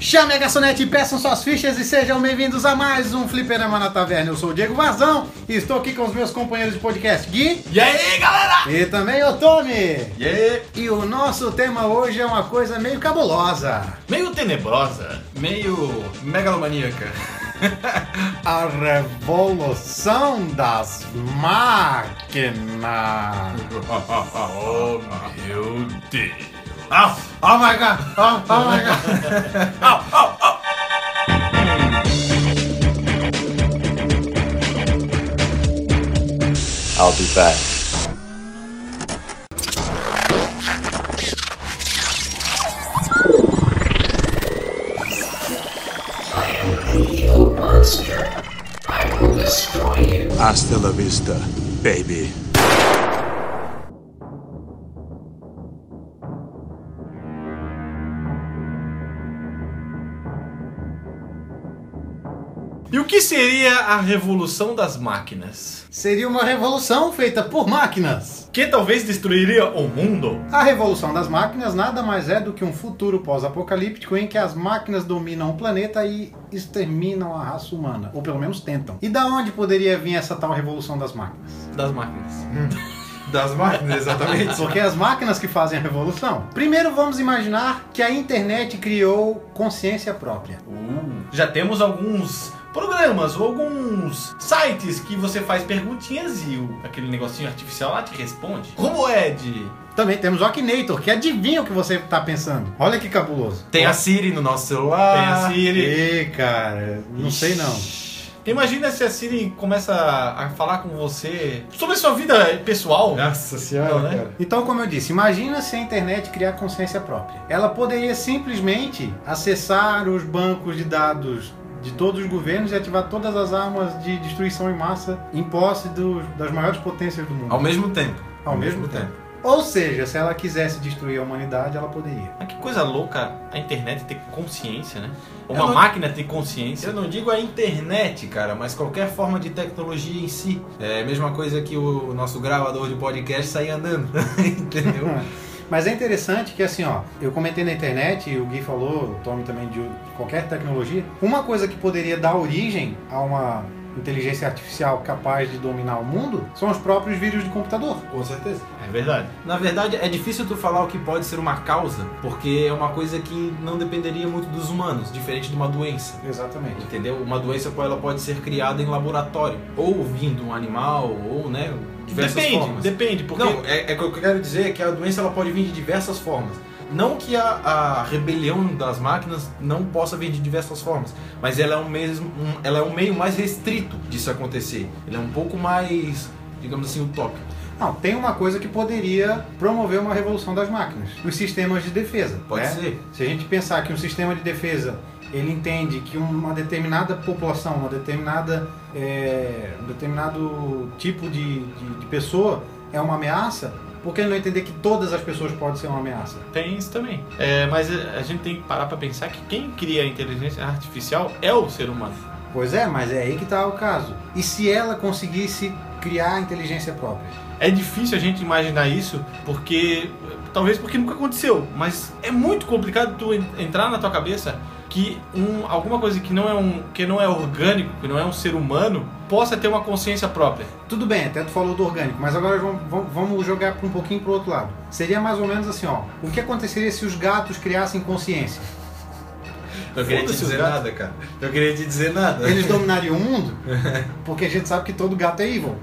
Chame a garçonete, peçam suas fichas e sejam bem-vindos a mais um Fliperama na Taverna. Eu sou o Diego Vazão e estou aqui com os meus companheiros de podcast Gui E aí, galera? e também o Tommy. E aí? E o nosso tema hoje é uma coisa meio cabulosa. Meio tenebrosa, meio megalomaníaca. A revolução das máquinas. oh, meu Deus. Oh my god! Oh, oh my god! I'll be back. Hasta la vista, baby. E o que seria a revolução das máquinas? Seria uma revolução feita por máquinas. Que talvez destruiria o mundo? A revolução das máquinas nada mais é do que um futuro pós-apocalíptico em que as máquinas dominam o planeta e exterminam a raça humana, ou pelo menos tentam. E da onde poderia vir essa tal revolução das máquinas? Das máquinas. Das máquinas, exatamente. Porque as máquinas que fazem a revolução. Primeiro vamos imaginar que a internet criou consciência própria. Já temos alguns programas ou alguns sites que você faz perguntinhas e o- aquele negocinho artificial lá te responde. Como é de... Também temos o Akinator, que adivinha o que você está pensando. Olha que cabuloso. Tem a Siri no nosso celular. Tem a Siri. Ê, cara, não sei não. Imagina se a Siri começa a falar com você sobre sua vida pessoal. Nossa Não, senhora, né? cara. Então, como eu disse, imagina se a internet criar consciência própria. Ela poderia simplesmente acessar os bancos de dados de todos os governos e ativar todas as armas de destruição em massa em posse dos- das maiores potências do mundo. Ao mesmo tempo. Ao mesmo tempo. Ou seja, se ela quisesse destruir a humanidade, ela poderia. Mas Ah, que coisa louca a internet ter consciência, né? Ou Eu Uma não- máquina ter consciência. Eu não digo a internet, cara, mas qualquer forma de tecnologia em si. É a mesma coisa que o nosso gravador de podcast sair andando, entendeu? Mas é interessante que assim, ó, eu comentei na internet, e o Gui falou, o Tommy também de qualquer tecnologia, uma coisa que poderia dar origem a uma inteligência artificial capaz de dominar o mundo são os próprios vírus de computador. Com certeza. É verdade. Na verdade, é difícil tu falar o que pode ser uma causa, porque é uma coisa que não dependeria muito dos humanos, diferente de uma doença. Exatamente. Entendeu? Uma doença ela pode ser criada em laboratório, ou vindo um animal, ou né, diversas depende, formas. depende, porque Não, é, é que o que eu quero dizer é que a doença ela pode vir de diversas formas. Não que a, a rebelião das máquinas não possa vir de diversas formas, mas ela é um, mesmo, um- ela é um meio mais restrito disso acontecer. Ele é um pouco mais, digamos assim, utópico. Não, tem uma coisa que poderia promover uma revolução das máquinas. Os sistemas de defesa. Pode né? ser. Se a gente pensar que um sistema de defesa ele entende que uma determinada população, uma determinada, é, um determinado tipo de, de, de pessoa é uma ameaça, por que ele não entender que todas as pessoas podem ser uma ameaça? tem isso também. É, mas a gente tem que parar pra pensar que quem cria a inteligência artificial é o ser humano. Pois é, mas é aí que está o caso. E se ela conseguisse criar inteligência própria? É difícil a gente imaginar isso, porque talvez porque nunca aconteceu, mas é muito complicado tu en- entrar na tua cabeça que um, alguma coisa que não é um que não é orgânico, que não é um ser humano, possa ter uma consciência própria. Tudo bem, até tu falou do orgânico, mas agora vamos- vamos vamos jogar pra um pouquinho pro outro lado. Seria mais ou menos assim, ó. O que aconteceria se os gatos criassem consciência? Não queria te Foda-se os dizer gatos. nada, cara. Não queria te dizer nada. Eles dominariam o mundo? Porque a gente sabe que todo gato é evil,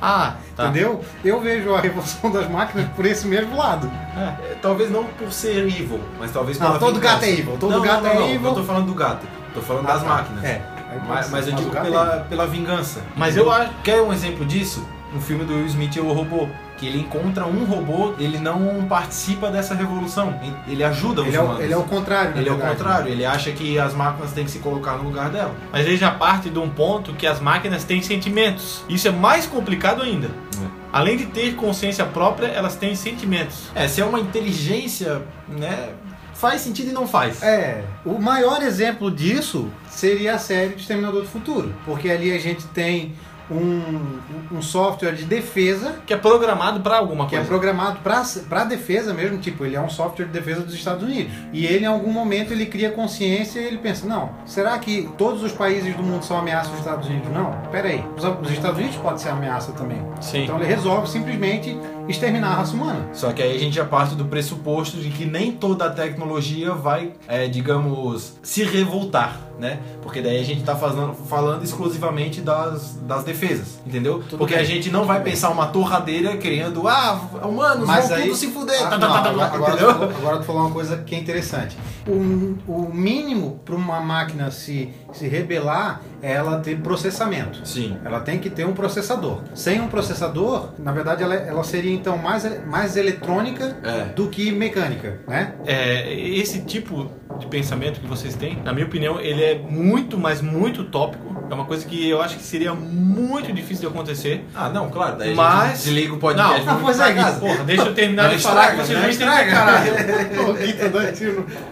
Ah, tá. entendeu? Eu vejo a revolução das máquinas por esse mesmo lado. É, Talvez não por ser evil, mas talvez Não, pela todo vingança. gato é evil, todo não, gato não, é não, evil. Não tô falando do gato, tô falando Ah, das tá. máquinas. É. Mas, mas eu digo o gato é pela, pela vingança. Mas eu acho Quer um exemplo disso? No filme do Will Smith, O Robô. Que ele encontra um robô, ele não participa dessa revolução. Ele ajuda evil. os ele é, o, humanos. ele é o contrário, na Ele é o verdade. né? contrário. Ele acha que as máquinas têm que se colocar no lugar dela. Mas ele já parte de um ponto que as máquinas têm sentimentos. Isso é mais complicado ainda. É. Além de ter consciência própria, elas têm sentimentos. É, se é uma inteligência, né? Faz sentido e não faz. É, o maior exemplo disso seria a série do Exterminador do Futuro, porque ali a gente tem um, um software de defesa Que é programado pra alguma que é coisa. programado para defesa mesmo, tipo, ele é um software de defesa dos Estados Unidos. E ele, em algum momento, ele cria consciência e ele pensa, não, será que todos os países do mundo são ameaça dos Estados Unidos? Não, peraí, os, os Estados Unidos podem ser ameaça também. Sim. Então ele resolve simplesmente exterminar a raça humana. Só que aí a gente já parte do pressuposto de que nem toda a tecnologia vai, é, digamos, se revoltar, né? Porque daí a gente tá falando, falando exclusivamente das, das defesas, entendeu? Porque a gente não vai pensar uma torradeira criando, ah, humanos, Mas vão aí- tudo se fuder, Ah, tá, tá, não, tá, tá, agora, tá, agora, tu entendeu? falou- agora tu falou uma coisa que é interessante. O, o mínimo para uma máquina se, se rebelar é ela ter processamento. Sim. Ela tem que ter um processador. Sem um processador, na verdade, ela, ela seria então mais, mais eletrônica É. do que mecânica, né? É, esse tipo de pensamento que vocês têm, na minha opinião, ele é muito, mas muito tópico. É uma coisa que eu acho que seria muito difícil de acontecer. Ah, não, claro, daí a Mas- gente desliga o podcast. Não, vamos pois pra é, casa. Porra, deixa eu terminar Não de falar que estraga, vocês não vão entender, estraga. caralho. Um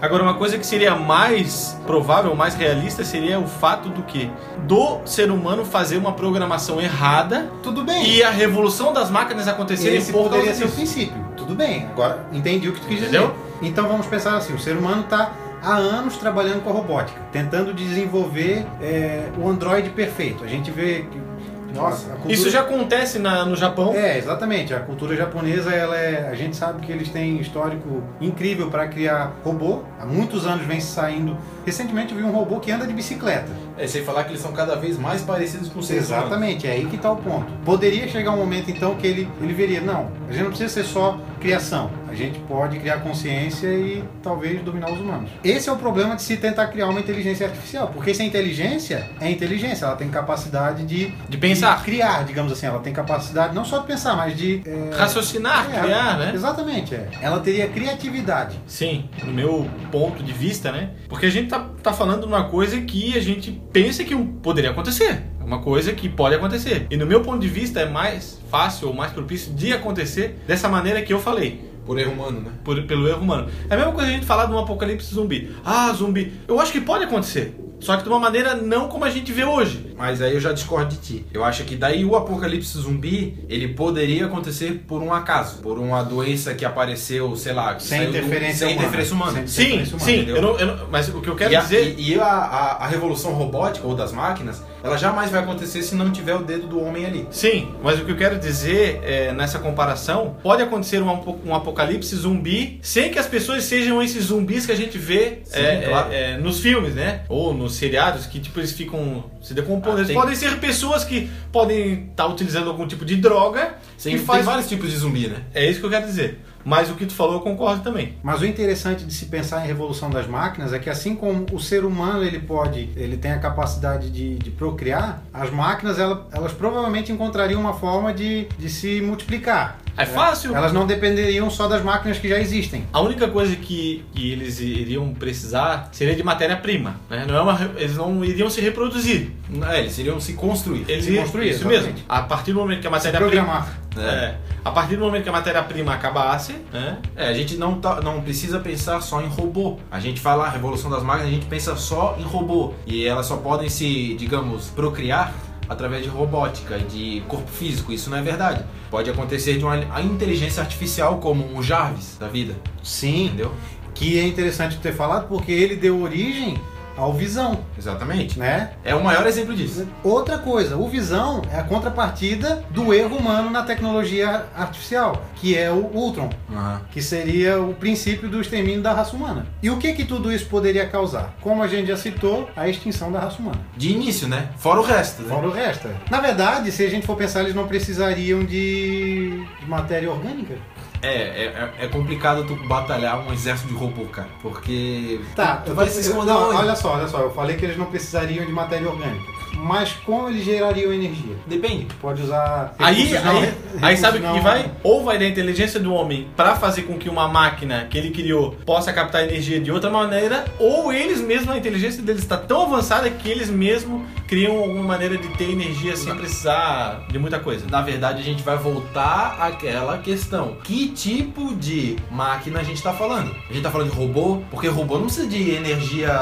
Agora, uma coisa que seria mais provável, mais realista, seria o fato do que? Do ser humano fazer uma programação errada Tudo bem. e a revolução das máquinas acontecer É. Esse por causa poderia ser o disso. princípio. Tudo bem. Agora entendi o que tu quis Entendeu? dizer. Então vamos pensar assim: o ser humano está há anos trabalhando com a robótica, tentando desenvolver é, o Android perfeito. A gente vê que nossa, a cultura... Isso já acontece na- no Japão. É, exatamente. A cultura japonesa, ela é, a gente sabe que eles têm histórico incrível para criar robô. Há muitos anos vem saindo. Recentemente eu vi um robô que anda de bicicleta. É, sem falar que eles são cada vez mais parecidos com os seres humanos. Exatamente, é aí que está o ponto. Poderia chegar um momento então que ele, ele veria, não, a gente não precisa ser só criação, a gente pode criar consciência e talvez dominar os humanos. Esse é o problema de se tentar criar uma inteligência artificial, porque se a inteligência é inteligência, ela tem capacidade de, De pensar. de criar, digamos assim, ela tem capacidade não só de pensar, mas de é, Raciocinar, é, criar, né? Exatamente, é. Ela teria criatividade. Sim, no meu ponto de vista, né? Porque a gente tá, tá falando uma coisa que a gente pensa que um, poderia acontecer. É Uma coisa que pode acontecer. E no meu ponto de vista é mais fácil ou mais propício de acontecer dessa maneira que eu falei. Por erro humano, né? por- pelo erro humano. É a mesma coisa a gente falar de um apocalipse zumbi. Ah, zumbi. Eu acho que pode acontecer. Só que de uma maneira não como a gente vê hoje. Mas aí eu já discordo de ti. Eu acho que daí o apocalipse zumbi, ele poderia acontecer por um acaso, por uma doença que apareceu, sei lá, que Sem saiu do- interferência sem humana. interferência Sem- humana. Sim, isso, sim. é entendeu? eu não- eu não- mas o que eu quero e a, dizer. e- e a, a- a revolução robótica ou das máquinas, ela jamais vai acontecer se não tiver o dedo do homem ali. Sim, mas o que eu quero dizer é, nessa comparação, pode acontecer um, apo- um apocalipse zumbi sem que as pessoas sejam esses zumbis que a gente vê Sim, é, claro. é, é, nos filmes, né? Ou nos seriados, que tipo eles ficam se decompondo. Ah, eles tem- podem ser pessoas que podem estar utilizando algum tipo de droga Sim, e faz... Tem vários tipos de zumbi, né? É isso que eu quero dizer. Mas o que tu falou eu concordo também. Mas o interessante de se pensar em revolução das máquinas é que assim como o ser humano ele pode, ele tem a capacidade de, de procriar, as máquinas ela- elas provavelmente encontrariam uma forma de, de se multiplicar. É fácil. Elas não dependeriam só das máquinas que já existem. A única coisa que, que eles iriam precisar seria de matéria-prima, né? Não é uma, re- eles não iriam se reproduzir. É, eles iriam se construir. Eles Se iriam construir, isso exatamente. mesmo. A partir do momento que a matéria-prima Programar. É. A partir do momento que a matéria-prima acabasse, né? É, a gente não, tá- não precisa pensar só em robô. A gente fala a revolução das máquinas, a gente pensa só em robô. E elas só podem se, digamos, procriar através de robótica, de corpo físico. Isso não é verdade. Pode acontecer de uma a inteligência artificial como um Jarvis da vida, Sim. entendeu? Que é interessante tu ter falado porque ele deu origem ao Visão, Exatamente. né? É o maior exemplo disso. Outra coisa, o Visão é a contrapartida do erro humano na tecnologia artificial, que é o Ultron. Aham. que seria o princípio do extermínio da raça humana. E o que que tudo isso poderia causar? Como a gente já citou, a extinção da raça humana. De início, né? Fora o resto, né? Fora o resto. é. Na verdade, se a gente for pensar, eles não precisariam de, de matéria orgânica. É, é, é- é complicado tu batalhar um exército de robô, cara. Porque. tu Tá, eu Tá, vai tô- se eu- esconder não, onde? Olha só, olha só. Eu falei que eles não precisariam de matéria orgânica. Mas como eles gerariam energia? Depende. Pode usar. Aí, recursos não- aí, aí recursos sabe o que não- que vai? Ou vai da inteligência do homem pra fazer com que uma máquina que ele criou possa captar energia de outra maneira, ou eles mesmos, a inteligência deles está tão avançada que eles mesmos criam alguma maneira de ter energia assim sem precisar de muita coisa. Na verdade, a gente vai voltar àquela questão. Que tipo de máquina a gente tá falando? A gente tá falando de robô, porque robô não precisa de energia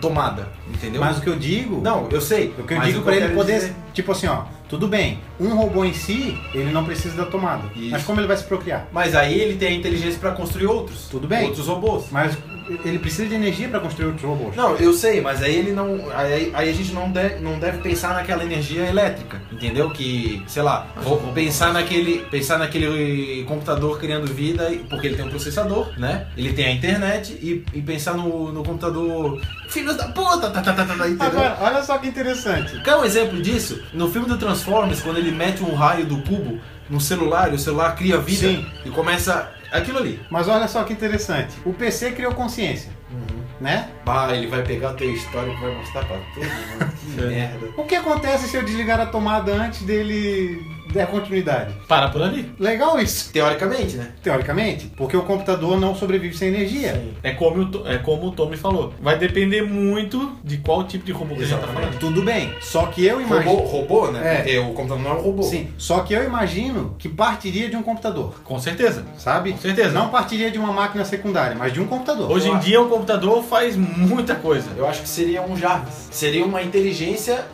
tomada, entendeu? Mas o que eu digo. Não, eu sei. O que eu mas digo que pra ele quero poder. dizer- Tipo assim, ó. Tudo bem, um robô em si, ele não precisa da tomada. Isso. Mas como ele vai se procriar? Mas aí ele tem a inteligência pra construir outros. Tudo bem. Outros robôs. Mas ele precisa de energia para construir outros robôs. Não, eu sei, mas aí ele não. Aí, aí a gente não, de- não deve pensar naquela energia elétrica, entendeu? Que, sei lá, vou pensar naquele, pensar naquele computador criando vida, e- porque ele tem um processador, né? Ele tem a internet e, e pensar no, no computador. Filhos da puta! Tá, tá, tá, tá, tá, entendeu? Agora, olha só que interessante. Quer um exemplo disso? No filme do Transformers, quando ele mete um raio do cubo no celular, e o celular cria vida Sim. e começa aquilo ali. Mas olha só que interessante. O PC criou consciência, Uhum. né? Bah, ele vai pegar teu histórico e vai mostrar pra todo mundo. É. Que merda. O que acontece se eu desligar a tomada antes dele dar continuidade? Para por ali. Legal isso, Teoricamente, né? teoricamente, porque o computador não sobrevive sem energia. É como, o, To- é como o Tommy falou. Vai depender muito de qual tipo de robô que a gente tá falando. Tudo bem. Só que eu Robô, imagino. robô, né? É. Porque o computador não é um robô. Sim, só que eu imagino que partiria de um computador, Com certeza. sabe? Com certeza. Não partiria de uma máquina secundária, mas de um computador. Hoje em dia o computador faz muita coisa. Eu acho que seria um Jarvis. Seria uma inteligência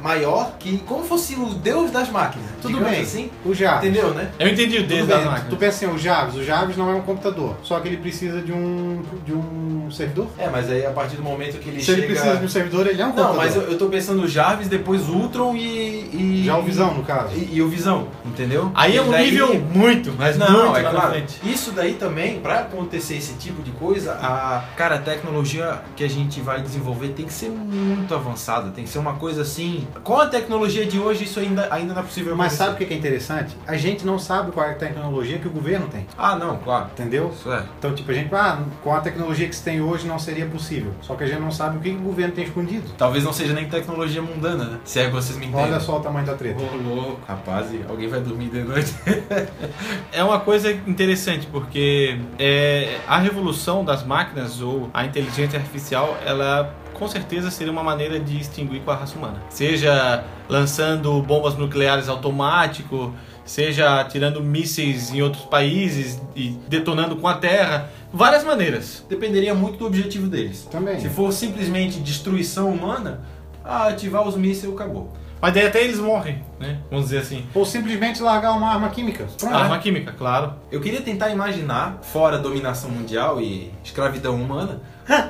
maior que, como fosse o deus das máquinas. Tudo digamos bem. assim. O Jarvis. Entendeu, né? Eu entendi o dedo Tudo das bem, tu- tu máquinas. pensa assim, o Jarvis, o Jarvis não é um computador, só que ele precisa de um de um servidor. É, mas aí a partir do momento que ele Se chega... ele precisa de um servidor, ele é um Não, computador. mas eu, eu tô pensando no Jarvis, depois Ultron e... e- Já é o Visão, no caso. E, e o Visão, entendeu? Aí é um Daí- nível muito, mas Não, muito lá é na claro. frente. Isso daí também, pra acontecer esse tipo de coisa, a cara, a tecnologia que a gente vai desenvolver tem que ser muito avançada, tem que ser uma coisa assim. Com a tecnologia de hoje, isso ainda, ainda não é possível. Mas sabe o acontecer. que que é interessante? A gente não sabe qual é a tecnologia que o governo tem, Ah, não, claro. entendeu? Isso é. Então, tipo, a gente, ah, com a tecnologia que se tem hoje não seria possível. Só que a gente não sabe o que que o governo tem escondido. Talvez não seja nem tecnologia mundana, né? Se é que vocês me entendem. Olha só o tamanho da treta. Ô, louco. Rapaz, alguém vai dormir de noite. É uma coisa interessante, porque é, a revolução das máquinas ou a inteligência artificial, ela com certeza seria uma maneira de extinguir com a raça humana. Seja lançando bombas nucleares automático, seja atirando mísseis em outros países e detonando com a Terra, várias maneiras. Dependeria muito do objetivo deles. Também. Se for simplesmente destruição humana, ah, ativar os mísseis acabou. Mas daí até eles morrem, né? Vamos dizer assim. Ou simplesmente largar uma arma química. Pronto. Arma química, claro. Eu queria tentar imaginar, fora dominação mundial e escravidão humana,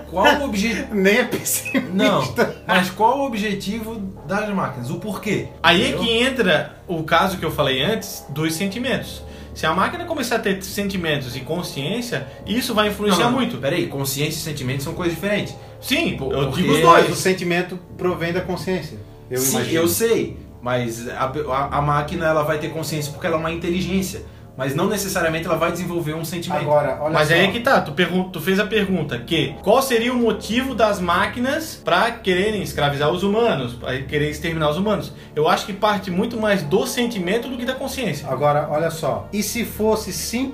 qual o objetivo. Nem é PC. Não, mas qual o objetivo das máquinas? O porquê? Aí é Entendeu? que entra o caso que eu falei antes dos sentimentos. Se a máquina começar a ter sentimentos e consciência, isso vai Não, influenciar não, muito. é Peraí, consciência e sentimento são coisas diferentes. Sim, Por- eu porque- digo os Mas o dois. sentimento provém da consciência. Eu Sim, imagino. eu sei, mas a, a- a máquina ela vai ter consciência porque ela é uma inteligência. Mas não necessariamente ela vai desenvolver um sentimento. Agora, olha Mas assim, só. aí é que tá, tu, pergun- tu fez a pergunta que qual seria o motivo das máquinas pra quererem escravizar os humanos, pra querer exterminar os humanos? Eu acho que parte muito mais do sentimento do que da consciência. Agora, olha só. E se fosse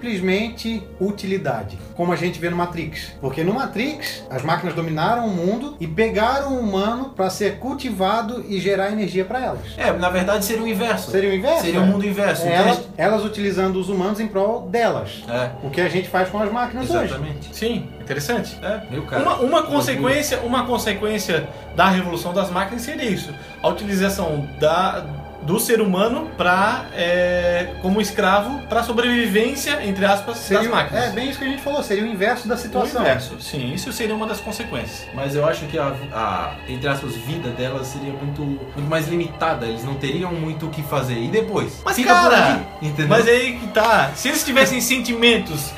simplesmente utilidade? Como a gente vê no Matrix. Porque no Matrix, as máquinas dominaram o mundo e pegaram o humano para ser cultivado e gerar energia para elas. É, na verdade seria o inverso. Seria o inverso? Seria o mundo inverso. É, entende? elas, elas utilizando os humanos em prol delas. É, O que a gente faz com as máquinas hoje. exatamente. Sim, interessante. É, meu cara. Uma, uma loucura. consequência, uma consequência da revolução das máquinas seria isso: a utilização da, do ser humano pra, é, como escravo para sobrevivência, entre aspas, das máquinas. é bem isso que a gente falou, seria o inverso da situação. O inverso. Sim, isso seria uma das consequências. Mas eu acho que a, a entre aspas, vida delas seria muito, muito mais limitada. Eles não teriam muito o que fazer. E depois? Mas, Fica por cara, ali, entendeu? Mas aí que tá. Se eles tivessem sentimentos.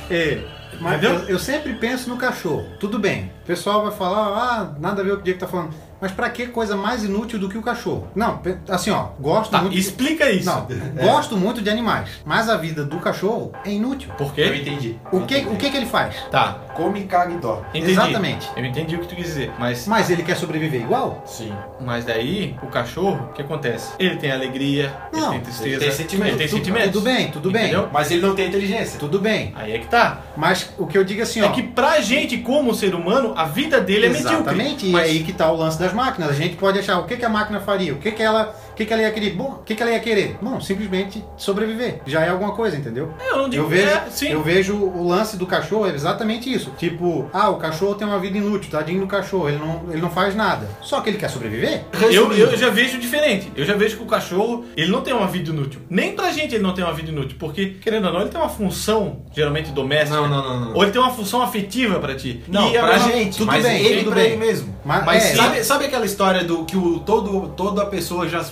Mas Entendeu? eu, eu sempre penso no cachorro. Tudo bem. O pessoal vai falar, ah, nada a ver com o que o Diego tá falando. Mas pra que coisa mais inútil do que o cachorro? Não, pe- assim ó, gosto Tá, É. muito. explica isso. Não, gosto muito de animais, mas a vida do cachorro é inútil. Por Eu quê? entendi. O que, o que que ele faz? Tá, Come, caga e dorme. entendi. Exatamente. Eu entendi o que tu quis dizer. Mas, Mas ele quer sobreviver igual? Sim. mas daí, o cachorro, o que acontece? Ele tem alegria, Não, ele tem tristeza. ele tem sentimento. Ele tem Tu- sentimentos. Tudo bem, tudo bem. Entendeu? Mas ele não tem inteligência. Tudo bem. Aí é que tá. Mas o que eu digo assim, ó. É que pra gente, como ser humano, a vida dele é medíocre. Exatamente, e Mas aí que tá o lance das máquinas. A gente pode achar o que, que a máquina faria, o que, que ela O que, que ela ia querer? Bom, o que, que ela ia querer? Não, simplesmente sobreviver. Já é alguma coisa, entendeu? Eu não digo Eu vejo, é, sim. eu vejo o lance do cachorro é exatamente isso. Tipo, ah, o cachorro tem uma vida inútil, tadinho do cachorro, ele não, ele não faz nada. Só que ele quer sobreviver? Eu, eu já vejo diferente. Eu já vejo que o cachorro, ele não tem uma vida inútil. Nem pra gente ele não tem uma vida inútil, porque, querendo ou não, ele tem uma função, geralmente doméstica. Não, não, não, não. Ou ele tem uma função afetiva pra ti. Não, E a pra mesma- gente, tudo mas bem, ele tudo pra bem. ele mesmo. Mas- Mas é. sabe, sabe aquela história do que o todo, toda a pessoa já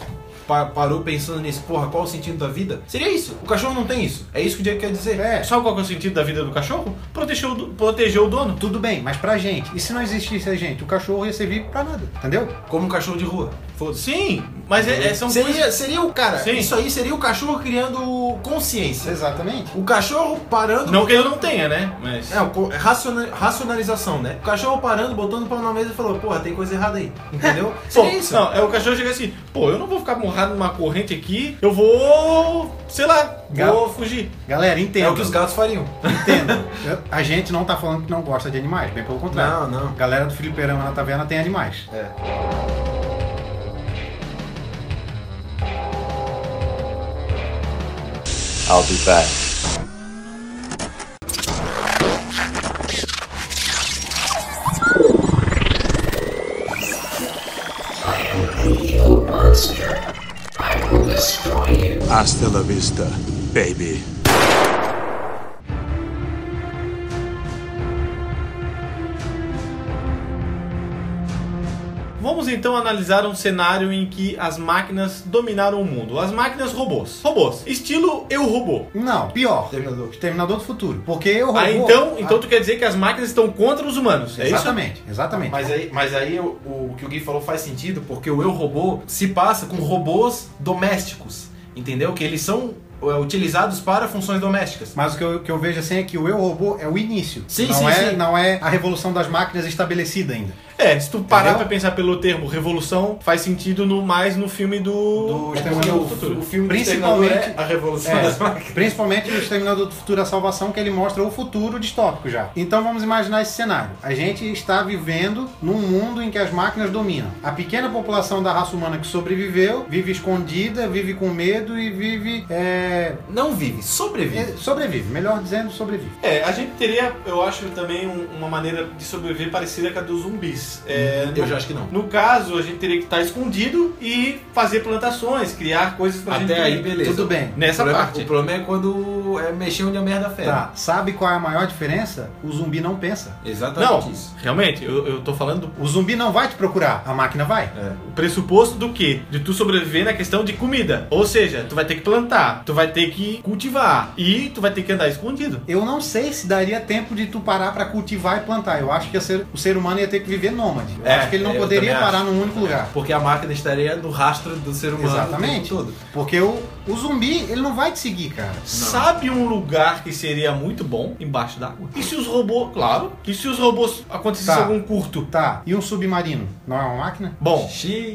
pa- parou pensando nisso, porra, qual o sentido da vida? Seria isso. O cachorro não tem isso. É isso que o Diego quer dizer. É. Sabe qual que é o sentido da vida do cachorro? Proteger o, do- proteger o dono. Tudo bem, mas pra gente. E se não existisse a gente, o cachorro ia servir pra nada, entendeu? Como um cachorro de rua. Foda-se. Sim, mas é, é- são coisas... Seria, seria o cara, Sim. isso aí seria o cachorro criando consciência. Exatamente. O cachorro parando. Não que ele não tenha, né? Mas... É, o co- raciona- racionalização, né? O cachorro parando, botando o pau na mesa e falou, porra, tem coisa errada aí. Entendeu? Pô, Seria isso. não, é o cachorro chegar assim, pô, eu não vou ficar morrado numa corrente aqui, eu vou, sei lá, vou Gato. fugir. Galera, é entendam. o que os gatos fariam. entendam. Eu- A gente não tá falando que não gosta de animais, bem pelo contrário. Não, não. É. Galera do Filiperama na Taverna tem animais. I'll be back. Hasta la vista, baby. Vamos então analisar um cenário em que as máquinas dominaram o mundo. As máquinas robôs. Robôs. Estilo eu robô. Não, pior. Exterminador. Exterminador do futuro. Porque eu robô... Ah, então, então tu quer dizer que as máquinas estão contra os humanos, é isso? Exatamente, exatamente. Mas aí, mas aí o, o que o Gui falou faz sentido, porque o Eu Robô se passa com robôs domésticos, entendeu? Que eles são é, utilizados para funções domésticas. Mas o que eu, que eu vejo assim é que o eu robô é o início. Sim, não sim, é, sim. Não é a revolução das máquinas estabelecida ainda. É, se tu parar Entendeu? pra pensar pelo termo revolução, faz sentido no, mais no filme do. Do É Exterminador porque do o- Futuro. o- filme do Exterminador é a Revolução É, principalmente no Exterminador do Futuro A Salvação, que ele mostra o futuro distópico já. Então vamos imaginar esse cenário. A gente está vivendo num mundo em que as máquinas dominam. A pequena população da raça humana que sobreviveu vive escondida, vive com medo e vive. é, Não vive, sobrevive. é, sobrevive, melhor dizendo, sobrevive. É, a gente teria, eu acho, também um- uma maneira de sobreviver parecida com a dos zumbis. É, Hum, Eu no- já acho que não. No caso, a gente teria que estar escondido e fazer plantações, criar coisas pra gente. Até aí, beleza. Tudo bem. Nessa o problema, parte. O problema é quando é mexer onde a merda fera. Tá, sabe qual é a maior diferença? O zumbi não pensa. Exatamente Não, isso. realmente, eu, eu tô falando do O zumbi não vai te procurar, a máquina vai. pressuposto do que? De tu sobreviver na questão de comida. Ou seja, tu vai ter que plantar, tu vai ter que cultivar e tu vai ter que andar escondido. Eu não sei se daria tempo de tu parar pra cultivar e plantar. Eu acho que ia ser- o ser humano ia ter que viver nômade. Eu É, acho que ele não eu poderia também parar acho. É, num único lugar. Porque a máquina estaria no rastro do ser humano Exatamente. o tempo todo. Porque o, o zumbi, ele não vai te seguir, cara. Sabe um lugar que seria muito bom embaixo d'água? E se os robôs. Claro. E se os robôs acontecesse Tá. algum curto? Tá, e um submarino? Não é uma máquina? Bom, X.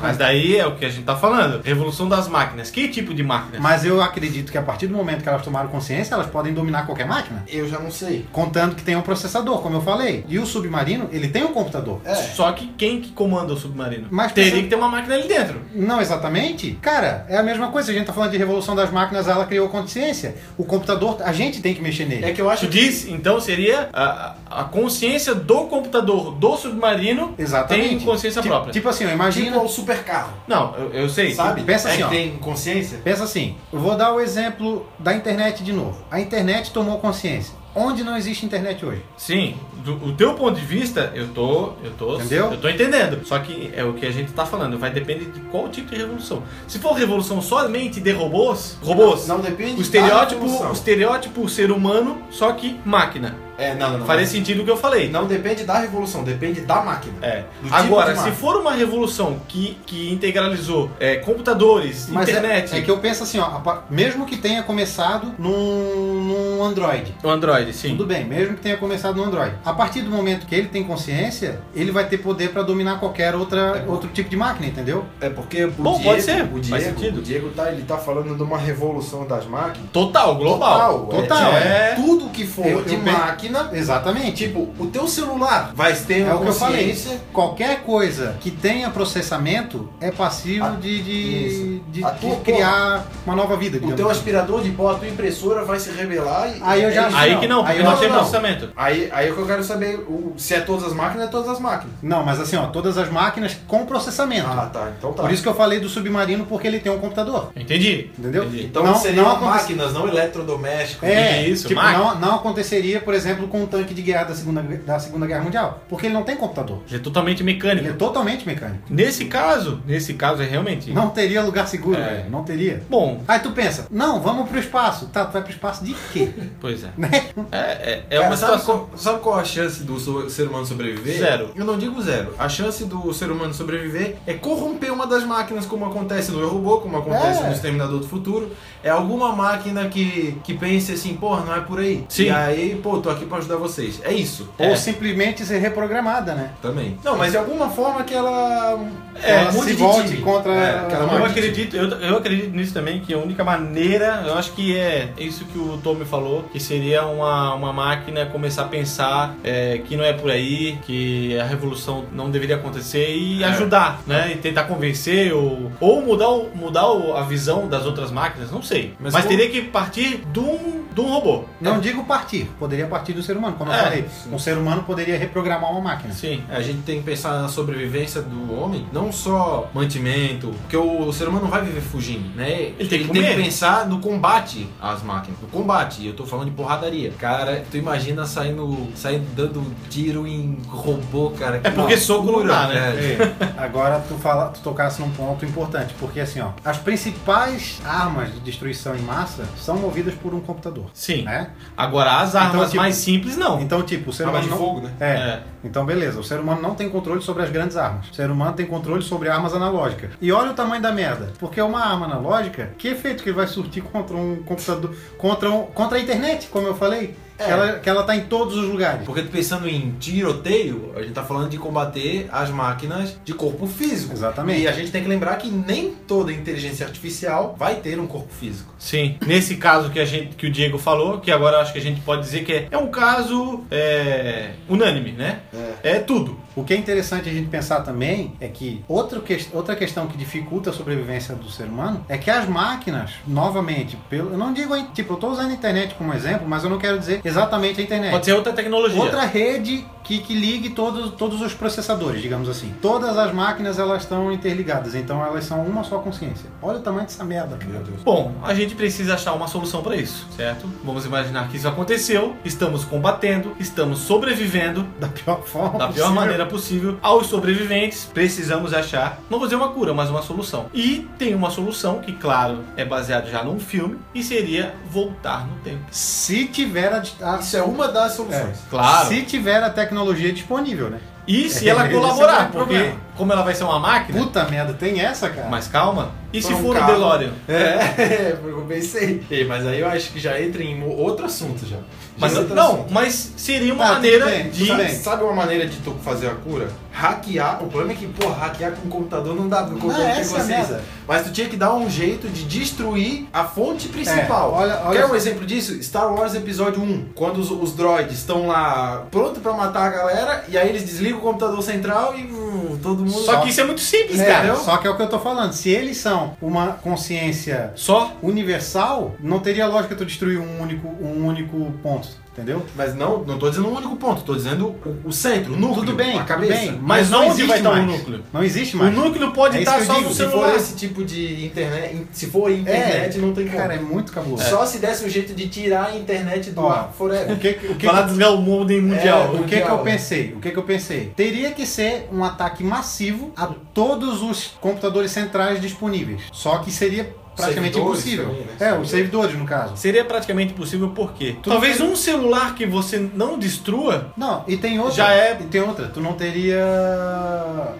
mas daí é o que a gente tá falando. Revolução das máquinas. Que tipo de É. máquina? Mas eu acredito que a partir do momento que elas tomaram consciência, elas podem dominar qualquer máquina. Eu já não sei. Contando que tem um processador, como eu falei. E o submarino, ele tem um computador. É. Só que quem que comanda o submarino? Mas Teria pensa- que ter uma máquina ali dentro. Não exatamente? Cara, é a mesma coisa. A gente tá falando de revolução das máquinas, ela criou consciência. O computador, a gente tem que mexer nele. É que eu acho Tu que diz, então seria a, a consciência do computador do submarino Exatamente. tem consciência Ti- própria. Tipo assim, eu imagino. tipo o supercarro, Não, eu, eu sei. sabe? pensa é assim, que ó. tem consciência. Pensa assim, eu vou dar o exemplo da internet de novo. A internet tomou consciência. Onde não existe internet hoje? Sim, do, o teu ponto de vista, eu tô, eu tô, Entendeu? eu tô entendendo. Só que é o que a gente tá falando, vai depender de qual tipo de revolução. Se for revolução somente de robôs, robôs, Não depende. o estereótipo, da revolução. o estereótipo ser humano, só que máquina. É, não, não, não. Faria sentido o que eu falei. Não depende da revolução, depende da máquina. É. Do tipo Agora, de se máquina. for uma revolução que, que integralizou é, computadores, Mas é- internet, É, que eu penso assim, ó, a pa- mesmo que tenha começado num, num Android. o Android, sim. Tudo bem, mesmo que tenha começado no Android. A partir do momento que ele tem consciência, ele vai ter poder para dominar qualquer outra, É. outro tipo de máquina, entendeu? É porque o Bom, Diego, pode ser, o faz Diego, sentido. o Diego tá, ele tá falando de uma revolução das máquinas. Total, global. Total, Total, é, é. tudo que for Eu- de eu pe- máquina. Exatamente. Tipo, o teu celular vai ter É uma o que eu falei. consciência. Qualquer coisa que tenha processamento é passivo Ah, de, de, isso. de- A de tua criar uma nova vida. O digamos teu assim. aspirador de pó, a tua impressora vai se revelar e. é Aí eu já- isso. Aí que não, Aí porque não, não tem não. processamento. Aí, aí é que eu quero saber o- se é todas as máquinas, é todas as máquinas. Não, mas assim, ó, todas as máquinas com processamento. Ah, tá. Então tá. Por isso que eu falei do submarino, porque ele tem um computador. Entendi. Entendeu? Entendi. então não- seriam não aconte- máquinas, não eletrodomésticos. É, Que isso, tipo, máquina? não, não aconteceria, por exemplo, com um tanque de guerra da Segunda, da Segunda Guerra Mundial, porque ele não tem computador. Ele é totalmente Ele é mecânico. totalmente mecânico. Nesse caso, nesse caso é realmente. Não teria lugar seguro, É. velho. Não teria. Bom, Aí tu pensa, não, vamos pro espaço. Tá, tu vai pro espaço de quê? pois é. Né? É, é, é Cara, uma sabe situação. qual- sabe qual a chance do so- ser humano sobreviver? Zero. Eu não digo zero. A chance do ser humano sobreviver é corromper uma das máquinas, como acontece no Eu Robô, como acontece É. no Exterminador do Futuro. É alguma máquina que, que pense assim, porra, não é por aí. Sim. E aí, pô, tô aqui pra ajudar vocês. É isso. Ou simplesmente ser reprogramada, né? Também. Não, mas de alguma forma que ela. É, ela se mude de volte time. contra- É, que ela Ela Eu mude de acredito, eu, eu acredito nisso também, que a única maneira, eu acho que é isso que o Tommy falou, que seria uma, uma máquina começar a pensar é, que não é por aí, que a revolução não deveria acontecer e É. ajudar, né? E tentar convencer ou, ou mudar, o- mudar o- a visão das outras máquinas, não sei. Mas, Mas como- teria que partir de um, de um robô. Não digo partir, poderia partir do ser humano, como É, eu falei. Um ser humano poderia reprogramar uma máquina. Sim. A gente tem que pensar na sobrevivência do homem, não só mantimento, porque o ser humano não vai viver fugindo, né? Ele tem que comer. pensar no combate às máquinas, no combate. E Eu tô falando de porradaria. Cara, tu imagina saindo, saindo dando tiro em robô, cara. que É porque soco não loucura, dá, né? velho. Ei, Agora tu, fala, tu tocasse num ponto importante, porque assim, ó, as principais armas de destruição em massa são movidas por um computador. Sim. Né? Agora, as armas Então, tipo- mais simples, não. Então, tipo, o ser Arma humano. de não- fogo, né? É. É. Então, beleza. O ser humano não tem controle sobre as grandes armas. O ser humano tem controle sobre armas analógicas. E olha o tamanho da merda. Porque é uma arma analógica, que efeito que ele vai surtir contra um computador. Contra, um, contra a internet, como eu falei? É. Que, ela, que ela tá em todos os lugares. Porque tu pensando em tiroteio, a gente tá falando de combater as máquinas de corpo físico. Exatamente. E a gente tem que lembrar que nem toda inteligência artificial vai ter um corpo físico. Sim, nesse caso que a gente que o Diego falou, que agora eu acho que a gente pode dizer que é, é um caso é, unânime, né? É. tudo. O que é interessante a gente pensar também é que outra, que- outra questão que dificulta a sobrevivência do ser humano é que as máquinas, novamente, pelo, eu não digo, a in- tipo, eu tô usando a internet como exemplo, mas eu não quero dizer exatamente a internet. Pode ser outra tecnologia. É. Outra rede que, que ligue todos, todos os processadores, digamos assim. Todas as máquinas elas estão interligadas, então elas são uma só consciência. Olha o tamanho dessa merda, cara. Bom, a gente precisa achar uma solução para isso, certo? Vamos imaginar que isso aconteceu, estamos combatendo, estamos sobrevivendo Da pior forma. É da pior possível. maneira possível aos sobreviventes. Precisamos achar, não vou dizer uma cura, mas uma solução. E tem uma solução que, claro, é baseado já num filme e seria voltar no tempo. Se tiver a, dis- a- Isso é uma das soluções. Claro. se tiver a tecnologia disponível, né? E se É, ela esse é o colaborar, grande porque problema. como ela vai ser uma máquina, Puta merda, tem essa, cara. mas calma. E se Foi um for o carro. DeLorean? É, foi o que eu pensei. Ei, mas aí eu acho que já entra em mo- outro assunto já. Já Mas entra não, assunto. mas seria uma Tá, assim. tudo maneira bem, de tudo Sabe, bem. sabe uma maneira de tu fazer a cura? Hackear. O problema é que, pô, hackear com o computador não dá, porque o Não, computador tem essa é a consciência. merda. Mas tu tinha que dar um jeito de destruir a fonte principal. É, olha- olha- Quer um exemplo disso? Star Wars Episódio 1. Quando os, os droids estão lá pronto pra matar a galera, e aí eles desligam o computador central e hum, todo mundo. Só que isso é muito simples, É, cara. só que é o que eu tô falando. Se eles são uma consciência Só universal, não teria lógica tu destruir um único, um único ponto, entendeu? Mas não, não tô dizendo um único ponto, tô dizendo o, o centro, o núcleo, Tudo bem, a tudo cabeça. bem. Mas não onde existe vai estar o mais. núcleo? Não existe mais. o núcleo pode É isso estar que eu só digo, no se Se for celular. esse tipo de internet, se for internet, não tem como. Cara, é muito cabuloso. Só se desse um jeito de tirar a internet do Ó, ar O forever. que, o que, Falar desligar É, o modem mundial. o que, que eu mundial. pensei? O que, que eu pensei? Teria que ser um ataque massivo a todos os computadores centrais disponíveis. Só que seria praticamente Servidores impossível. também, né? É, os servidores no caso. Seria praticamente possível por quê? Talvez um celular que você não destrua, Não, e tem outra. Já é- E tem outra. Tu não teria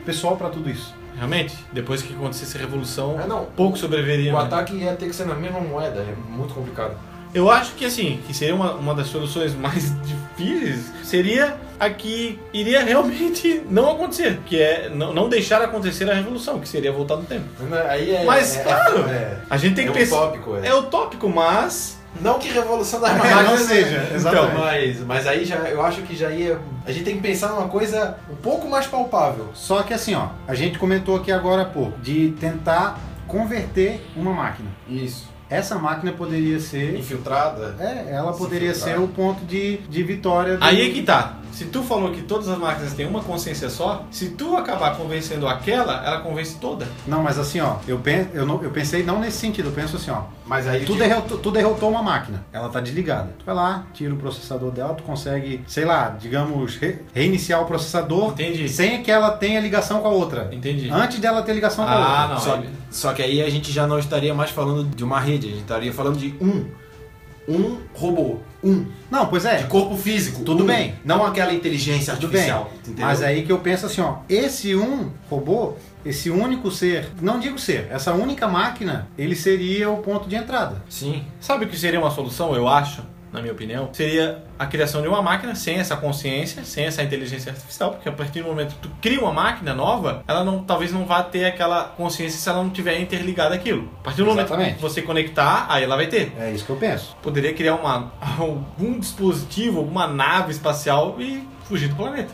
pessoal pra tudo isso. realmente, depois que acontecesse a revolução, É, não. pouco sobreviveria. O né? ataque ia ter que ser na mesma moeda, é muito complicado. Eu acho que assim, que seria uma, uma das soluções mais difíceis, seria a que iria realmente não acontecer, que é não, não deixar acontecer a revolução, que seria voltar no tempo. Aí é, Mas, é- claro, é, A gente tem é que pensar. utópico, é. É utópico, mas Não que revolução das É, máquinas não seja, exatamente. Então, mas, mas aí já, eu acho que já ia. A gente tem que pensar numa coisa um pouco mais palpável. Só que assim, ó, a gente comentou aqui agora há pouco de tentar converter uma máquina. Isso. Essa máquina poderia ser. Infiltrada. É, ela Se poderia filtrar. ser o ponto de, de vitória do. Aí é que tá. Se tu falou que todas as máquinas têm uma consciência só, se tu acabar convencendo aquela, ela convence toda. Não, mas assim, ó, eu, pen... eu, não... eu pensei não nesse sentido, eu penso assim, ó. Mas aí. Tu tipo, derrotou, tu derrotou uma máquina, ela tá desligada. Tu vai lá, tira o processador dela, tu consegue, sei lá, digamos, re- reiniciar o processador Entendi. sem que ela tenha ligação com a outra. Entendi. Ah, Antes dela ter ligação com a outra. Ah, não. Só, ele- só que aí a gente já não estaria mais falando de uma rede, a gente estaria falando de um. Um robô. Um. Não, pois é. De corpo físico. Tudo um. bem. Não aquela inteligência Tudo artificial. entendeu? Mas aí que eu penso assim, ó, esse um robô, esse único ser, não digo ser, essa única máquina, ele seria o ponto de entrada. Sim. Sabe o que seria uma solução, eu acho, na minha opinião? Seria a criação de uma máquina sem essa consciência, sem essa inteligência artificial, porque a partir do momento que tu cria uma máquina nova, ela não, talvez não vá ter aquela consciência se ela não tiver interligada aquilo. A partir do momento Exatamente. que você conectar, aí ela vai ter. É isso que eu penso. Poderia criar uma, algum dispositivo, alguma nave espacial e fugir do planeta.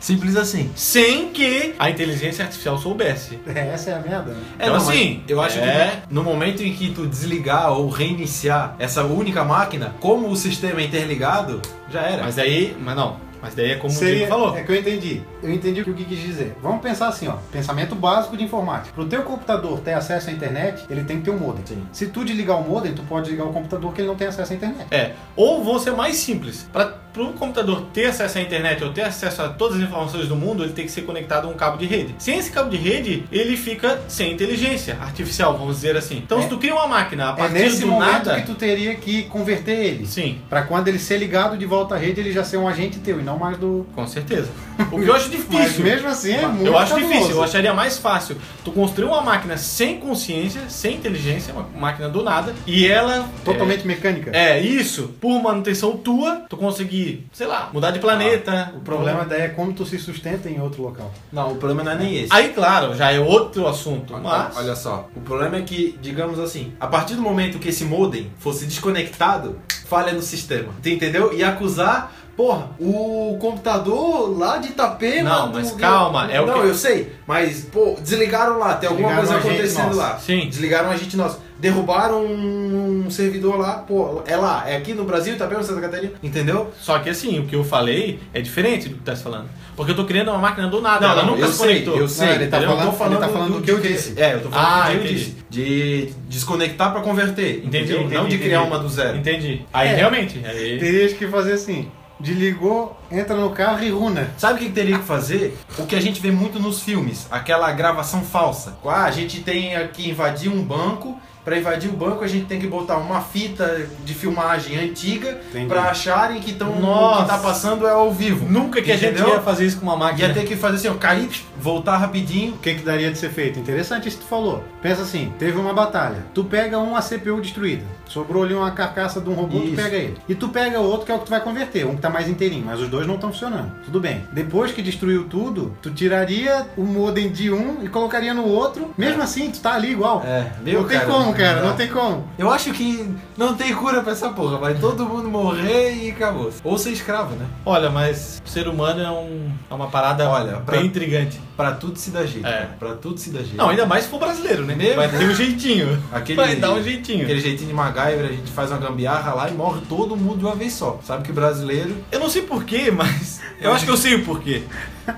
Simples assim. Sem que a inteligência artificial soubesse. É, essa é a merda. né? Então, assim, eu acho é- que né, no momento em que tu desligar ou reiniciar essa única máquina, como o sistema é interligado, já era. Mas aí, mas não. Mas daí é como o Seria, Diego falou. É que eu entendi. Eu entendi o que o Gui quis dizer. Vamos pensar assim, ó. Pensamento básico de informática. Pro teu computador ter acesso à internet, ele tem que ter um modem. Sim. Se tu desligar o modem, tu pode ligar o computador que ele não tem acesso à internet. É, ou vão ser mais simples. Para o computador ter acesso à internet ou ter acesso a todas as informações do mundo, ele tem que ser conectado a um cabo de rede. Sem esse cabo de rede, ele fica sem inteligência artificial, vamos dizer assim. Então, É. se tu cria uma máquina a É partir nesse do momento nada, que tu teria que converter ele. sim, Pra quando ele ser ligado de volta à rede, ele já ser um agente teu e não mais do. com certeza. O que eu acho Mas difícil. mesmo assim é muito eu acho cabuloso. difícil, eu acharia mais fácil tu construir uma máquina sem consciência, sem inteligência, uma máquina do nada, e ela Totalmente mecânica. É, isso, por manutenção tua, tu conseguir, sei lá, mudar de planeta. O problema daí é como tu se sustenta em outro local. Não, o problema não é nem esse. Aí, claro, já é outro assunto, Olha- mas. Olha só, o problema é que, digamos assim, a partir do momento que esse modem fosse desconectado, falha no sistema. Tu entendeu? E acusar, porra, o computador lá de Itapema. Não, do- mas do- calma, é o Não, que- eu sei, mas, pô, desligaram lá, tem alguma Desligaram coisa a gente acontecendo nossa. lá. Sim. Desligaram a gente nossa. Derrubaram um servidor lá, pô, é lá, é aqui no Brasil, Itapema, Santa Catarina, entendeu? Só que assim, o que eu falei é diferente do que tu tá falando. Porque eu tô criando uma máquina do nada, ela nunca eu se sei, conectou. Eu sei, Não, ele tá entendeu? falando- Eu tô ele tá falando do que eu disse. É, eu tô falando Ah, do que eu entendi. disse. De desconectar pra converter. Entendi, entendeu? entendi, Não de entendi. criar uma do zero. Entendi. Aí É. realmente. Aí... Terias que fazer assim: desligou, entra no carro e runa. Sabe o que que teria que fazer? O que a gente vê muito nos filmes, aquela gravação falsa. Ah, a gente tem que invadir um banco. Pra invadir o banco, a gente tem que botar uma fita de filmagem antiga Entendi. pra acharem que tão, o Nossa. que tá passando é ao vivo. Nunca que a Entendeu? gente ia fazer isso com uma máquina. Ia ter que fazer assim, ó, cair, psh, voltar rapidinho. O que, que daria de ser feito? Interessante isso que tu falou. Pensa assim: teve uma batalha. Tu pega um, uma CPU destruída. Sobrou ali uma carcaça de um robô, tu Isso. pega ele. E tu pega outro que é o que tu vai converter, um que tá mais inteirinho, mas os dois não estão funcionando. Tudo bem. Depois que destruiu tudo, tu tiraria o modem de um e colocaria no outro. Mesmo assim, tu tá ali igual. É, não tem como, cara, não tem como. Eu acho que não tem cura pra essa porra. Vai todo mundo morrer e acabou. Ou ser escravo, né? Olha, mas o ser humano é, um, é uma parada Olha, pra- bem intrigante. Pra tudo se dá jeito. É. cara. Pra tudo se dá jeito. Não, ainda mais se for brasileiro, né? Meu Vai ter um jeitinho. Aquele- Vai dar um jeitinho. Aquele jeitinho de MacGyver, a gente faz uma gambiarra lá e morre todo mundo de uma vez só. Sabe que brasileiro. Eu não sei porquê, mas. Eu acho que eu sei o porquê.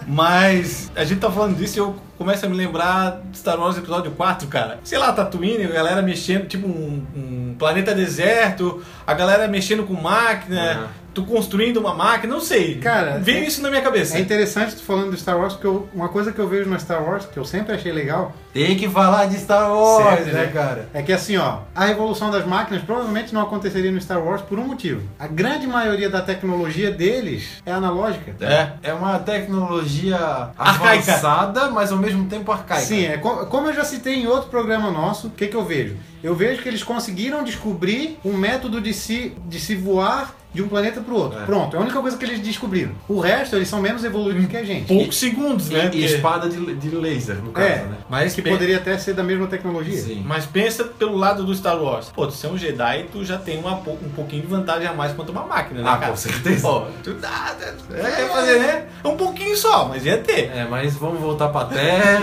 Mas a gente tá falando disso e eu começo a me lembrar de Star Wars Episódio 4, cara. Sei lá, Tatooine, a galera mexendo, tipo um, um planeta deserto, a galera mexendo com máquina, Uhum. tu construindo uma máquina, não sei. Cara, Veio é- isso na minha cabeça. É interessante tu falando do Star Wars, porque eu- uma coisa que eu vejo no Star Wars, que eu sempre achei legal, Tem que falar de Star Wars, Sempre, né, né? cara? é que assim, ó, a revolução das máquinas provavelmente não aconteceria no Star Wars por um motivo. A grande maioria da tecnologia deles é analógica. É. É uma tecnologia Arcaica. avançada, mas ao mesmo tempo arcaica. Sim, é co- como eu já citei em outro programa nosso, o que, que eu vejo? Eu vejo que eles conseguiram descobrir um método de se, de se voar de um planeta pro outro. É. Pronto, é a única coisa que eles descobriram. O resto, eles são menos evoluídos que a gente. Hum. Poucos segundos, né? E, e Porque- espada de, de laser, no caso, É, né? mas que pe- poderia até ser da mesma tecnologia. Sim. Mas pensa pelo lado do Star Wars. Pô, tu ser um Jedi, tu já tem uma, po- um pouquinho de vantagem a mais quanto uma máquina, né, Ah, cara? com certeza. Ó, tu dá, é, é fazer, né? Um pouquinho só, mas ia ter. É, mas vamos voltar pra terra.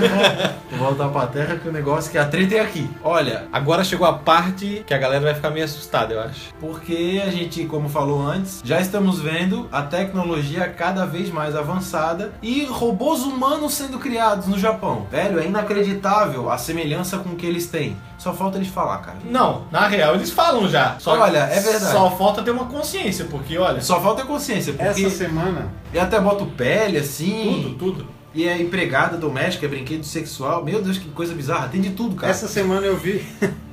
vamos voltar pra terra que o negócio que a treta é aqui. Olha, Agora chegou a parte que a galera vai ficar meio assustada, eu acho. Porque a gente, como falou antes, já estamos vendo a tecnologia cada vez mais avançada e robôs humanos sendo criados no Japão. Velho, é inacreditável a semelhança com o que eles têm. Só falta eles falar, cara. Não, na real eles falam já. Só Olha, é verdade. Só falta ter uma consciência, porque olha, Só falta consciência, porque Essa semana, e até bota pele tudo, assim, tudo. e é empregada doméstica, é brinquedo sexual. Meu Deus, que coisa bizarra, tem de tudo, cara. essa semana eu vi.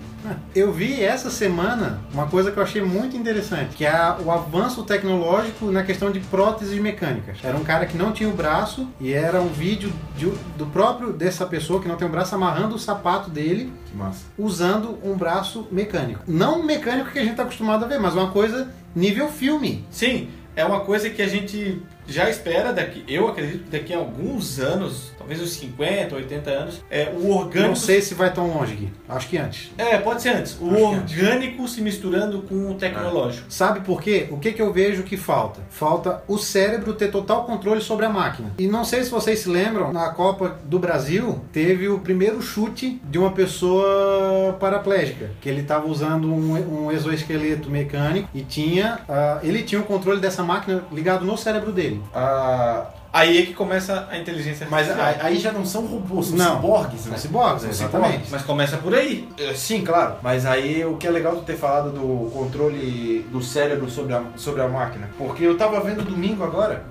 Eu vi essa semana uma coisa que eu achei muito interessante, que é o avanço tecnológico na questão de próteses mecânicas. Era um cara que não tinha o braço e era um vídeo de- do próprio dessa pessoa que não tem o braço amarrando o sapato dele Que massa. usando um braço mecânico. Não um mecânico que a gente está acostumado a ver, mas uma coisa nível filme. Sim, é uma coisa que a gente já espera daqui, eu acredito que daqui a alguns anos, talvez uns 50, 80 anos, é o orgânico Não sei se vai tão longe, Gui. Acho que antes. É, pode ser antes. O Acho que orgânico se misturando com o tecnológico. Sabe por quê? O que, que eu vejo que falta? Falta o cérebro ter total controle sobre a máquina. E não sei se vocês se lembram, na Copa do Brasil, teve o primeiro chute de uma pessoa paraplégica, que ele estava usando um, um exoesqueleto mecânico e tinha, ah, ele tinha o controle dessa máquina ligado no cérebro dele. Ah, Aí é que começa a inteligência mas artificial. a- aí já não são robôs, são Não. ciborgues, né? São ciborgues, É, exatamente. Mas começa por aí. É, Sim, claro. Mas aí o que é legal tu ter falado do controle do cérebro sobre a, sobre a máquina. Porque eu tava vendo domingo agora,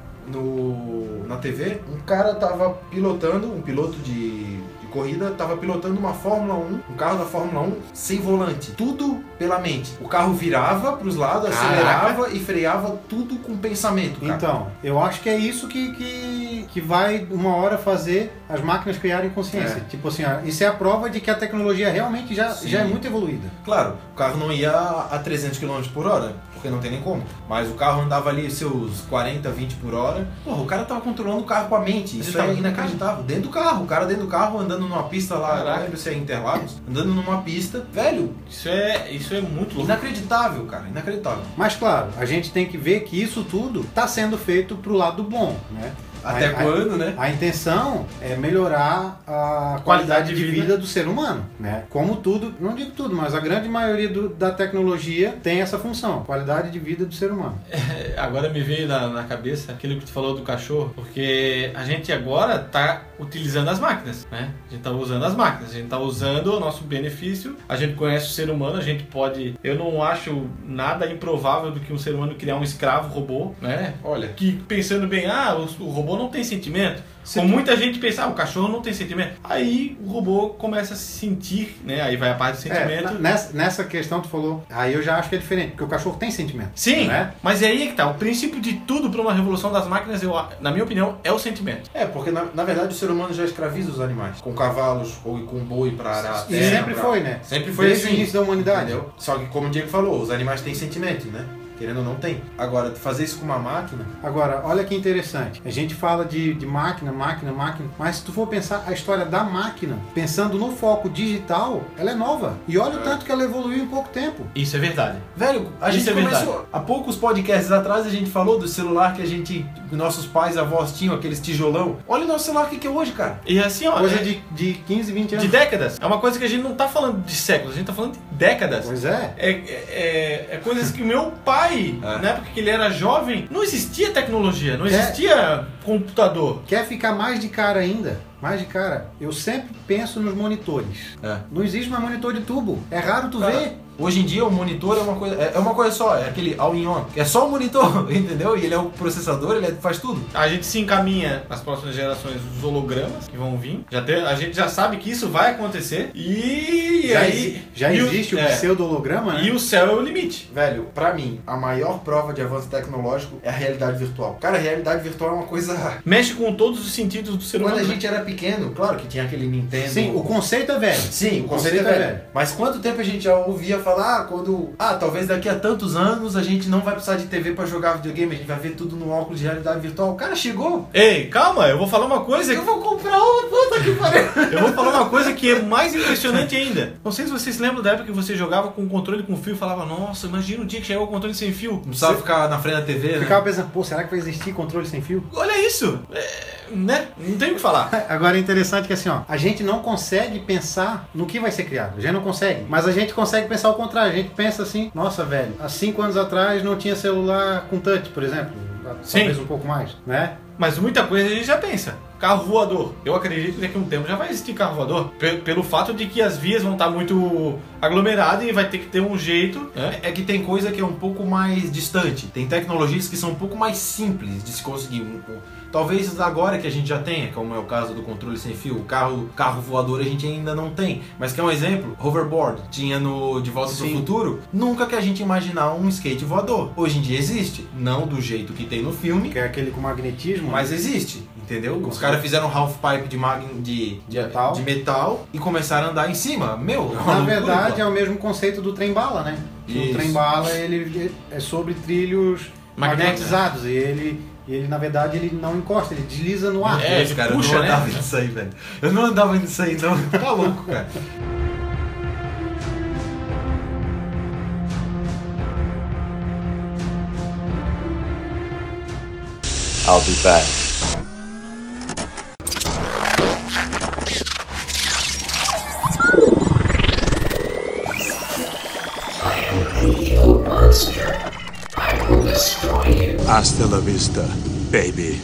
no, na TV, um cara tava pilotando, um piloto de, de corrida, tava pilotando uma Fórmula 1, um carro da Fórmula 1 sem volante. Tudo pela mente. O carro virava pros lados, Caraca. acelerava e freava tudo com pensamento, cara. Então, eu acho que é isso que, que, que vai uma hora fazer as máquinas criarem consciência. Tipo assim, ah, isso é a prova de que a tecnologia realmente já, Sim. já é muito evoluída. Claro, o carro não ia a 300 km por hora, porque não tem nem como. Mas o carro andava ali seus 40, 20 por hora. Porra, o cara tava controlando o carro com a mente. Isso Ele é tava- inacreditável. Dentro do carro, o cara dentro do carro andando numa pista lá, Caraca. não lembro se é Interlagos, andando numa pista. Velho, Isso é, isso é muito louco. inacreditável, cara, inacreditável. Mas claro, a gente tem que ver que isso tudo está sendo feito pro lado bom, né? Até a, quando, né? A, a intenção é melhorar a qualidade, de, vida. do ser humano, né? Como tudo, não digo tudo, mas a grande maioria do- da tecnologia tem essa função, qualidade de vida do ser humano. É, Agora me veio na, na cabeça aquilo que tu falou do cachorro, porque a gente agora tá utilizando as máquinas, né? A gente tá usando as máquinas, a gente tá usando o nosso benefício, a gente conhece o ser humano, a gente pode. Eu não acho nada improvável do que um ser humano criar um escravo robô, né? Olha. que pensando bem, ah, o, o robô não tem sentimento. Se Com tu- muita gente pensa, ah, o cachorro não tem sentimento. Aí o robô começa a se sentir, né? Aí vai a parte do É, sentimento. na- nessa, nessa questão tu falou, aí eu já acho que é diferente, porque o cachorro tem sentimento. Sim, né? mas é aí que tá. O princípio de tudo para uma revolução das máquinas, eu, a- na minha opinião, é o sentimento. É, porque na, na verdade o ser humano já escraviza os animais. Com cavalos ou com boi pra arar. a E terra, sempre pra- foi, né? Sempre foi Desde assim. o início da humanidade. Entendeu? Só que como o Diego falou, os animais têm sentimento, né? Querendo ou não tem. Agora, fazer isso com uma máquina, Agora, olha que interessante. A gente fala de, de máquina, máquina, máquina, mas se tu for pensar a história da máquina, pensando no foco digital, ela é nova. E olha o tanto que ela evoluiu em pouco tempo. Isso é verdade. Velho, a Isso gente é verdade. começou. Há poucos podcasts atrás a gente falou do celular que a gente. que Nossos pais, avós tinham, aqueles tijolão. Olha o nosso celular que, que é hoje, cara. E assim, ó, Coisa é- de, de 15, 20 anos. de décadas. É uma coisa que a gente não tá falando de séculos, a gente tá falando de décadas. Pois é. É, é- é- é coisas que meu pai, É. na época que ele era jovem, não existia tecnologia, não É. existia computador. Quer ficar mais de cara ainda? Mais de cara, eu sempre penso nos monitores. É. Não existe mais monitor de tubo. É raro tu Cara, ver. Hoje em dia o monitor é uma coisa. É é uma coisa só, é aquele all-in-on. É só o monitor, entendeu? E ele é o processador, ele é- faz tudo. A gente se encaminha nas próximas gerações os hologramas que vão vir. Já tem- a gente já sabe que isso vai acontecer. E já aí. exi- já e existe o, é, pseudo-holograma, né? E o céu é o limite. Velho, pra mim, a maior prova de avanço tecnológico é a realidade virtual. Cara, a realidade virtual é uma coisa. Mexe com todos os sentidos do ser Quando humano. a né? gente era pequeno, claro que tinha aquele Nintendo. Sim, o conceito é velho. Sim, o conceito é velho. Mas quanto tempo a gente já ouvia falar, ah, quando. Ah, talvez daqui a tantos anos a gente não vai precisar de TV pra jogar videogame, a gente vai ver tudo no óculos de realidade virtual. O cara chegou! Ei, calma, eu vou falar uma coisa Eu vou comprar uma puta que pariu! Eu vou falar uma coisa que é mais impressionante ainda. Não sei se vocês lembram da época que você jogava com o controle com fio e falava, nossa, imagina um dia que chegou o controle sem fio. Não precisava ficar na frente da TV, Eu né? ficava pensando, pô, será que vai existir controle sem fio? Olha isso! É, né? Não tem o que falar. Agora é interessante que assim, ó, a gente não consegue pensar no que vai ser criado. A gente não consegue. Mas a gente consegue pensar o contrário. A gente pensa assim, nossa, velho, há cinco anos atrás não tinha celular com touch, por exemplo. Sim. Talvez um pouco mais, né? Mas muita coisa a gente já pensa. Carro voador. Eu acredito que daqui a um tempo já vai existir carro voador. Pe- pelo fato de que as vias vão estar muito aglomeradas e vai ter que ter um jeito. né? É que tem coisa que é um pouco mais distante. Tem tecnologias que são um pouco mais simples de se conseguir. Um- um- Talvez agora que a gente já tenha, como é o caso do controle sem fio, o carro, carro voador a gente ainda não tem. Mas que é um exemplo, hoverboard. Tinha no De Volta Sim. pro Futuro. Nunca que a gente imaginar um skate voador. Hoje em dia existe. Não do jeito que tem no filme, Que é aquele com magnetismo. mas existe, entendeu? Os caras fizeram um half pipe de, mag... de, de, Metal. de metal e começaram a andar em cima. Meu, é uma né, Na loucura, verdade, cara. é o mesmo conceito do trem-bala, né? Isso. O trem-bala, ele é sobre trilhos Magnéticos. magnetizados. E ele, e ele, na verdade, ele não encosta, ele desliza no ar. É, Ah, Esse cara, puxa, eu não né? andava nisso aí, velho. Eu não andava nisso aí, não. Tá louco, cara. I'll be back. Hasta la vista, baby.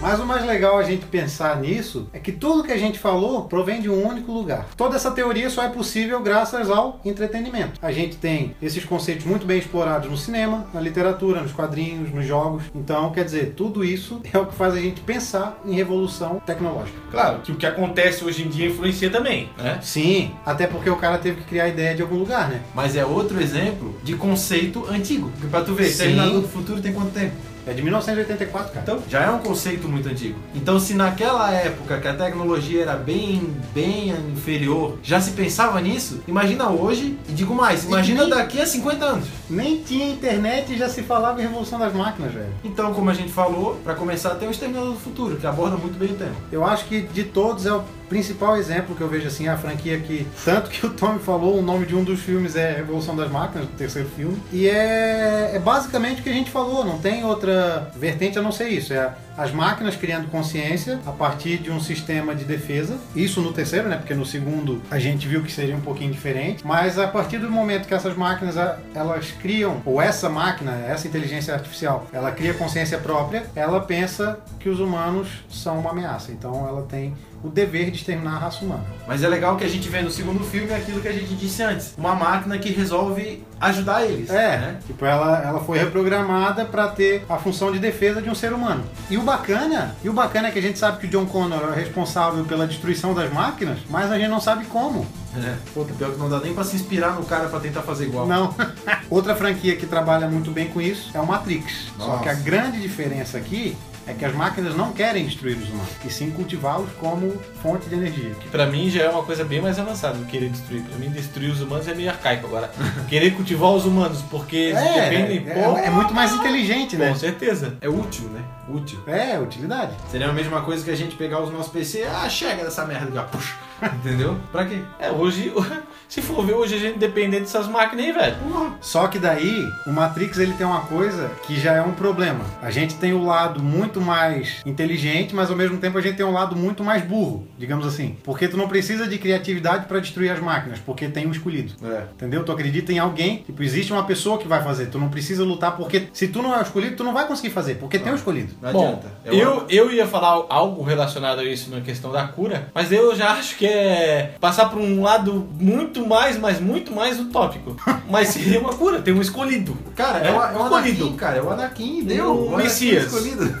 Mas o mais legal a gente pensar nisso é que tudo que a gente falou provém de um único lugar. Toda essa teoria só é possível graças ao entretenimento. A gente tem esses conceitos muito bem explorados no cinema, na literatura, nos quadrinhos, nos jogos. Então, quer dizer, tudo isso é o que faz a gente pensar em revolução tecnológica. Claro, que o que acontece hoje em dia influencia também, né? Sim, até porque o cara teve que criar a ideia de algum lugar, né? Mas é outro exemplo de conceito antigo. Porque pra tu ver, Sim. Terminador do Futuro tem quanto tempo? É de 1984, cara. Então, já é um conceito muito antigo. Então, se naquela época que a tecnologia era bem, bem inferior, já se pensava nisso, imagina hoje, e digo mais, imagina nem- daqui a 50 anos. Nem tinha internet e já se falava em revolução das máquinas, velho. Então, como a gente falou, pra começar, tem o Exterminador do Futuro, que aborda muito bem o tema. Eu acho que de todos é o principal exemplo que eu vejo assim, a franquia que. Tanto que o Tommy falou, o nome de um dos filmes é Revolução das Máquinas, o terceiro filme. E é, é basicamente o que a gente falou, não tem outra vertente a não ser isso. É as máquinas criando consciência a partir de um sistema de defesa. Isso no terceiro, né? Porque no segundo a gente viu que seria um pouquinho diferente. Mas a partir do momento que essas máquinas a- elas criam, ou essa máquina, essa inteligência artificial, ela cria consciência própria, ela pensa que os humanos são uma ameaça. Então ela tem o dever de exterminar a raça humana. Mas é legal que a gente vê no segundo filme aquilo que a gente disse antes. Uma máquina que resolve ajudar eles. É, né? tipo, ela, ela foi reprogramada pra ter a função de defesa de um ser humano. E o bacana, e o bacana é que a gente sabe que o John Connor é responsável pela destruição das máquinas, mas a gente não sabe como. É. Pô, pior que não dá nem pra se inspirar no cara pra tentar fazer igual. Não. Outra franquia que trabalha muito bem com isso é o Matrix. Só Nossa. que a grande diferença aqui é que as máquinas não querem destruir os humanos, e sim cultivá-los como fonte de energia. Que pra mim já é uma coisa bem mais avançada do que querer destruir. Pra mim, destruir os humanos é meio arcaico agora. querer cultivar os humanos porque eles né? dependem. é, é muito mais inteligente, né? Com certeza. É útil, né? Útil. É, utilidade. Seria a mesma coisa que a gente pegar os nossos PC, ah, chega dessa merda, já, puxa. Entendeu? Pra quê? É, hoje, se for ver, hoje a gente depende dessas máquinas aí, velho. Só que daí, o Matrix ele tem uma coisa que já é um problema. A gente tem o lado muito mais inteligente, mas ao mesmo tempo a gente tem um lado muito mais burro, digamos assim. Porque tu não precisa de criatividade pra destruir as máquinas, porque tem um escolhido. É. Entendeu? Tu acredita em alguém, tipo, existe uma pessoa que vai fazer, tu não precisa lutar, porque se tu não é o escolhido, tu não vai conseguir fazer, porque tem o escolhido. Não Bom, adianta. É eu, eu ia falar algo relacionado a isso na questão da cura, mas eu já acho que é passar por um lado muito muito mais, mas muito mais utópico. Mas seria uma cura, tem um escolhido. Cara, é, É, o, é o escolhido. Anakin, cara. É o Anakin, deu. o Anakin Messias. escolhido.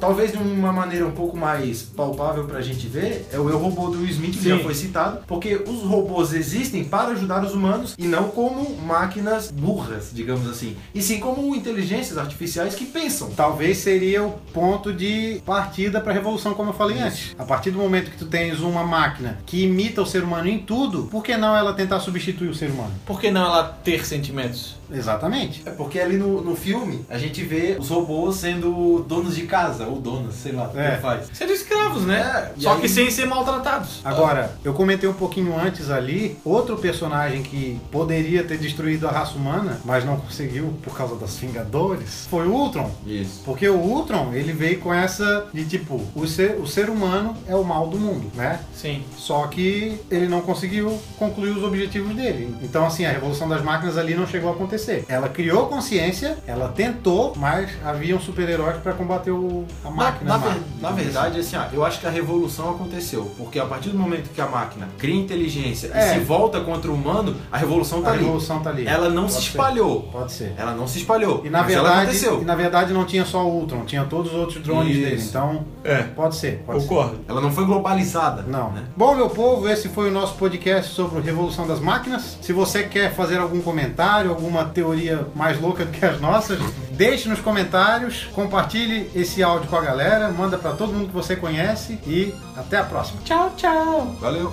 Talvez de uma maneira um pouco mais palpável pra gente ver, é o Eu Robô do Will Smith, que Sim. já foi citado. Porque os robôs existem para ajudar os humanos e não como máquinas burras, digamos assim. E sim como inteligências artificiais que pensam. Talvez seria o ponto de partida para a revolução, como eu falei antes. A partir do momento que tu tens uma máquina que imita o ser humano em tudo, por que não ela tentar substituir o ser humano? Por que não ela ter sentimentos? Exatamente. É porque ali no, no filme a gente vê os robôs sendo donos de casa, ou donas, sei lá, É. como faz. Sendo escravos, né? É, e Só aí- que sem ser maltratados. Agora, eu comentei um pouquinho antes ali, outro personagem que poderia ter destruído a raça humana, mas não conseguiu por causa das Vingadores, foi o Ultron. Isso. Porque o Ultron, ele veio com essa de tipo, o ser, o ser humano é o mal do mundo, né? Sim. Só que ele não conseguiu concluir os objetivos dele. Então, assim, a revolução das máquinas ali não chegou a acontecer. Ela criou consciência, ela tentou, mas haviam super-heróis para combater o, a Na, máquina. é na má. ver- na verdade, assim, ó, eu acho que a revolução aconteceu. Porque a partir do momento que a máquina cria inteligência É. e se volta contra o humano, a revolução tá a ali. revolução tá ali. Ela não Pode se ser. espalhou. Pode ser. Ela não se espalhou. E na, mas ela verdade, aconteceu. e na verdade não tinha só o Ultron, tinha todos os outros drones Isso. dele. Então, É, pode ser. Pode ser. concordo. Ela não foi globalizada. Não. né? Bom, meu povo, esse foi o nosso podcast sobre a Revolução das Máquinas. Se você quer fazer algum comentário, alguma teoria mais louca do que as nossas, deixe nos comentários, compartilhe esse áudio com a galera, manda pra todo mundo que você conhece e até a próxima. Tchau, tchau. Valeu.